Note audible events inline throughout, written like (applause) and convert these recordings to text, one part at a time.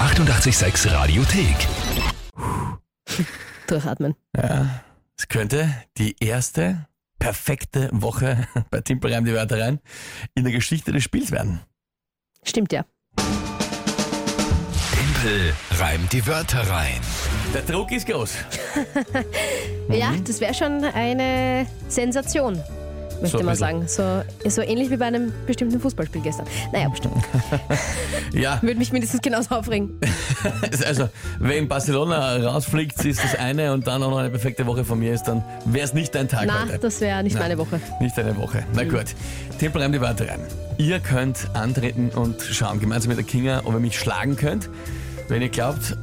886 Radiothek. Durchatmen. Es könnte die erste perfekte Woche (laughs) bei Timpel reimt die Wörter rein in der Geschichte des Spiels werden. Stimmt ja. Tempel reimt die Wörter rein. Der Druck ist groß. Ja, Mhm. das wäre schon eine Sensation, So möchte ein man bisschen. sagen. So, so ähnlich wie bei einem bestimmten Fußballspiel gestern. Naja, bestimmt. Mhm. Ja, (laughs) Würde mich mindestens genauso aufregen. also wenn Barcelona rausfliegt, ist das eine und dann auch noch eine perfekte Woche von mir ist, dann wäre es nicht dein Tag Na, heute. das wäre nicht meine Woche. Nicht eine Woche. Mhm. Na gut. Tempel reimt die Wörter rein. Ihr könnt antreten und schauen, gemeinsam mit der Kinga, ob ihr mich schlagen könnt. Wenn ihr glaubt,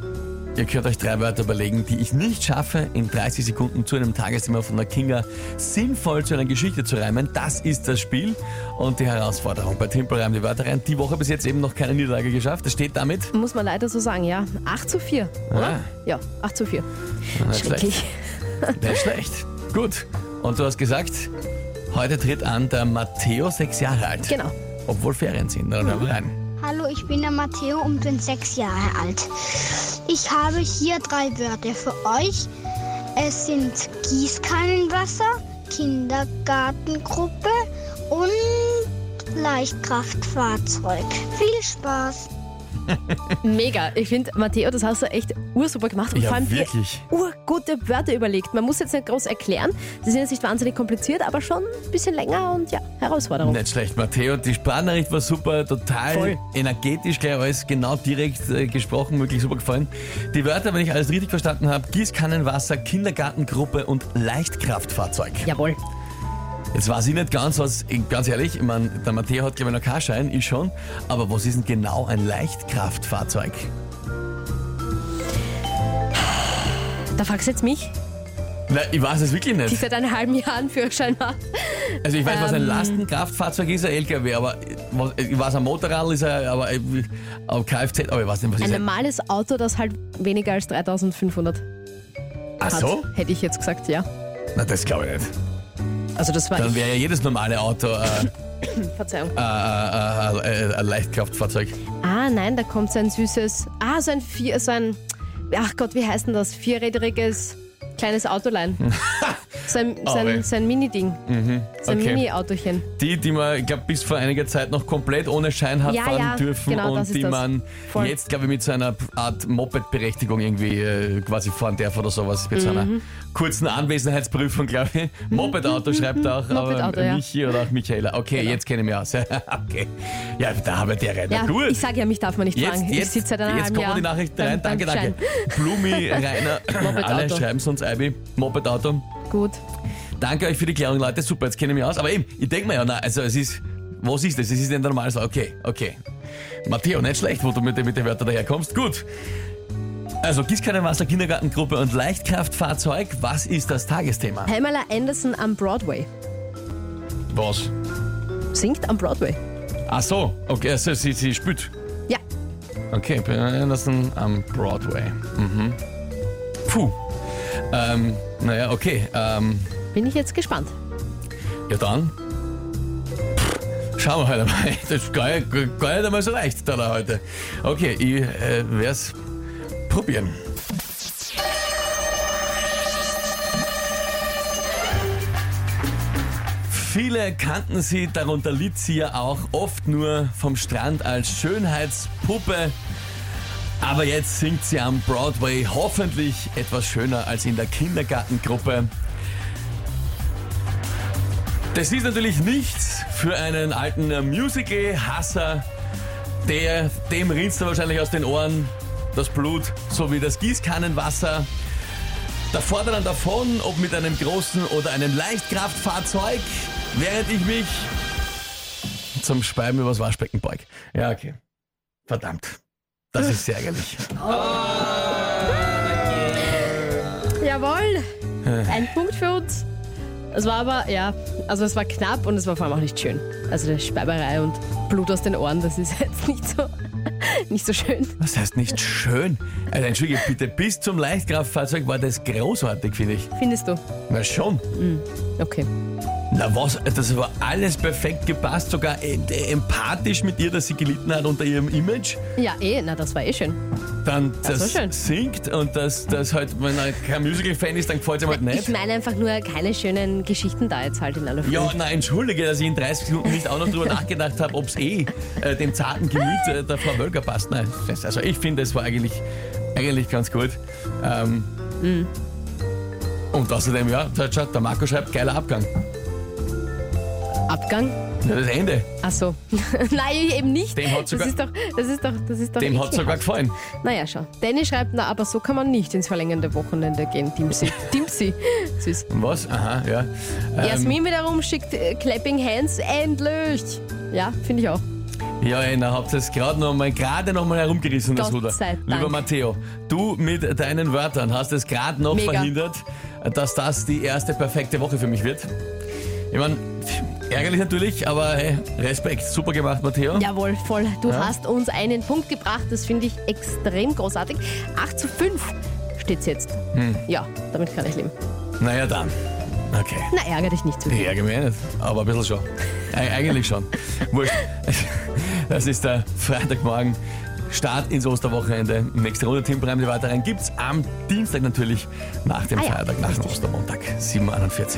ihr könnt euch drei Wörter überlegen, die ich nicht schaffe, in 30 Sekunden zu einem Tagesthema von der Kinga sinnvoll zu einer Geschichte zu reimen. Das ist das Spiel und die Herausforderung. Bei Tempel reimt die Wörter rein. Die Woche bis jetzt eben noch keine Niederlage geschafft. Das steht damit. Muss man leider so sagen, ja. 8 zu 4, oder? Ja, 8 zu 4. Nicht schlecht. Schrecklich. Nicht schlecht. Gut. Und du hast gesagt, heute tritt an der Matteo, sechs Jahre alt. Genau. Mhm. Obwohl Ferien sind. Na, dann rein. Hallo, ich bin der Matteo und bin sechs Jahre alt. Ich habe hier drei Wörter für euch. Es sind Gießkannenwasser, Kindergartengruppe und Leichtkraftfahrzeug. Viel Spaß! Mega. Ich finde, Matteo, das hast du echt ursuper gemacht. Und Ja, vor allem dir wirklich. urgute Wörter überlegt. Man muss jetzt nicht groß erklären. Sie sind jetzt nicht wahnsinnig kompliziert, aber schon ein bisschen länger und ja, Herausforderung. Nicht schlecht, Matteo. Die Sprachnachricht war super, total Voll. energetisch, gleich alles genau direkt äh, gesprochen, wirklich super gefallen. Die Wörter, wenn ich alles richtig verstanden habe, Gießkannenwasser, Kindergartengruppe und Leichtkraftfahrzeug. Jawohl. Jetzt weiß ich nicht ganz, was, ich- ganz ehrlich, ich mein, der Matteo hat glaube ich noch keinen Schein, ich schon, aber was ist denn genau ein Leichtkraftfahrzeug? Da fragst du jetzt mich, Na, ich weiß es wirklich die nicht. seit einem halben Jahr einen Führerschein macht. Also ich weiß, was ein Lastenkraftfahrzeug ist, ein LKW, aber äh, was, ich weiß, ein Motorrad ist ein, aber, äh, ein Kfz, aber ich weiß nicht, was Ein ist ein... normales Auto, das halt weniger als 3500 Ach hat, so? hätte ich jetzt gesagt, ja. Na, das glaube ich nicht. Also das war, Dann wäre ja jedes normale Auto äh, Verzeihung. äh, äh, äh, ein Leichtkraftfahrzeug. Ah nein, da kommt so ein süßes, ah so ein, vier, so ein ach Gott, wie heißt denn das, vierrädriges kleines (laughs) Autolein. so ein, so Auwe. ein, so ein Mini-Ding, so ein Mhm. okay. Mini-Autochen. Die, die man, ich glaube, bis vor einiger Zeit noch komplett ohne Schein hat Ja, fahren ja, dürfen genau, das und ist die das. man Voll. jetzt, glaube ich, mit so einer Art Moped-Berechtigung irgendwie äh, quasi fahren darf oder sowas. Mit so einer Mhm. kurzen Anwesenheitsprüfung, glaube ich. Moped-Auto schreibt auch (laughs) Moped-Auto, aber ja. Genau. Michi oder auch Michaela. Okay, jetzt kenne ich mich aus. (laughs) okay. Ja, da haben wir die Reiter. Ja, Gut. ich sage ja, mich darf man nicht Jetzt, fragen. ich jetzt, sitze seit einem jetzt halben kommen Jahr die Nachrichten beim- rein. Danke, beim danke. (laughs) Blumi, Rainer, alle Moped-Auto. schreiben es uns, Ibi. Moped-Auto. Schein. Gut. Danke euch für die Klärung, Leute. Super, jetzt kenne ich mich aus. Aber eben, ich denke mir ja, na, also es ist, was ist das? Es ist nicht ein normales Auto. Okay, okay. Matteo, nicht schlecht, wo du mit, den- mit den Wörtern daherkommst. Gut. Also Gießkannenwasser, Kindergartengruppe und Leichtkraftfahrzeug. Was ist das Tagesthema? Pamela Anderson am Broadway. Was? Singt am Broadway. Ach so, okay, also sie, sie spielt. Ja, Okay, Pamela Anderson am Broadway. Mhm. Puh. Ähm, naja, okay. Ähm, bin ich jetzt gespannt. Ja dann. Pff, Schauen wir halt einmal. (laughs) Das ist gar, gar gar nicht einmal so leicht da da heute. Okay, ich äh, werde es probieren. Viele kannten sie, darunter Lizia auch, oft nur vom Strand als Schönheitspuppe. Aber jetzt singt sie am Broadway hoffentlich etwas schöner als in der Kindergartengruppe. Das ist natürlich nichts für einen alten äh, Musical-Hasser, der dem rinnt da wahrscheinlich aus den Ohren das Blut sowie das Gießkannenwasser. Da fordert er davon, ob mit einem großen oder einem Leichtkraftfahrzeug, während ich mich zum Speiben übers Waschbecken beug. Ja, okay. Verdammt. Das ist sehr ärgerlich. Jawohl! Äh. Ein Punkt für uns. Es war aber, ja, also es war knapp und es war vor allem auch nicht schön. Also die Speiberei und Blut aus den Ohren, das ist (laughs) jetzt nicht so, nicht so schön. Das heißt nicht schön. Also entschuldige bitte, bis zum Leichtkraftfahrzeug war das großartig, finde ich. Findest du? Na schon. Okay. Na was, das war alles perfekt gepasst, sogar äh, äh, empathisch mit ihr, dass sie gelitten hat unter ihrem Image. Ja, eh, na, das war eh schön. Dann Das das, war schön. singt und das, das halt, wenn er kein Musical-Fan ist, dann gefällt es ihm halt Ich nicht. meine einfach nur keine schönen Geschichten da jetzt halt in aller Früh. Ja, nein, entschuldige, dass ich in 30 Minuten nicht auch noch drüber nachgedacht habe, ob es eh äh, dem zarten Gemüt äh, der Frau Wölker passt. Nein, das- also ich finde, es war eigentlich, eigentlich ganz gut. Ähm, Und außerdem, ja, da- schaut, der Marco schreibt, geiler Abgang. Abgang? Ja, das Ende. Ach so. (laughs) Nein, eben nicht. Dem hat's das sogar- ist doch, das ist doch, das ist doch. Dem hat es sogar ekelhaft. gefallen. Naja, schau. Danny schreibt, na, aber so kann man nicht ins verlängernde Wochenende gehen, (laughs) Dimsi. Dimsi. Süß. Was? Aha, ja. Ähm, Jasmin wiederum schickt äh, Clapping Hands endlich. Ja, finde ich auch. ja, ey, na, habt ihr es gerade noch mal, gerade noch mal herumgerissen, das Gott Ruder. sei Dank. Lieber Matteo, du mit deinen Wörtern hast es gerade noch Mega. verhindert, dass das die erste perfekte Woche für mich wird. Ich meine, ärgerlich natürlich, aber hey, Respekt. Super gemacht, Matteo. Jawohl, voll. Du Ja. hast uns einen Punkt gebracht. Das finde ich extrem großartig. 8 zu 5 steht's jetzt. Ja, damit kann ich leben. Naja, dann. Okay. Na, ärgere dich nicht zu viel. Ich ärgere mich nicht, aber ein bisschen schon. Eig- eigentlich schon. Wurscht. (laughs) Das ist der Freitagmorgen. Start ins Osterwochenende. Nächste Runde Team Prime, die weiteren gibt's am Dienstag natürlich nach dem Ah ja, Feiertag, nach dem Ostermontag, 7.41.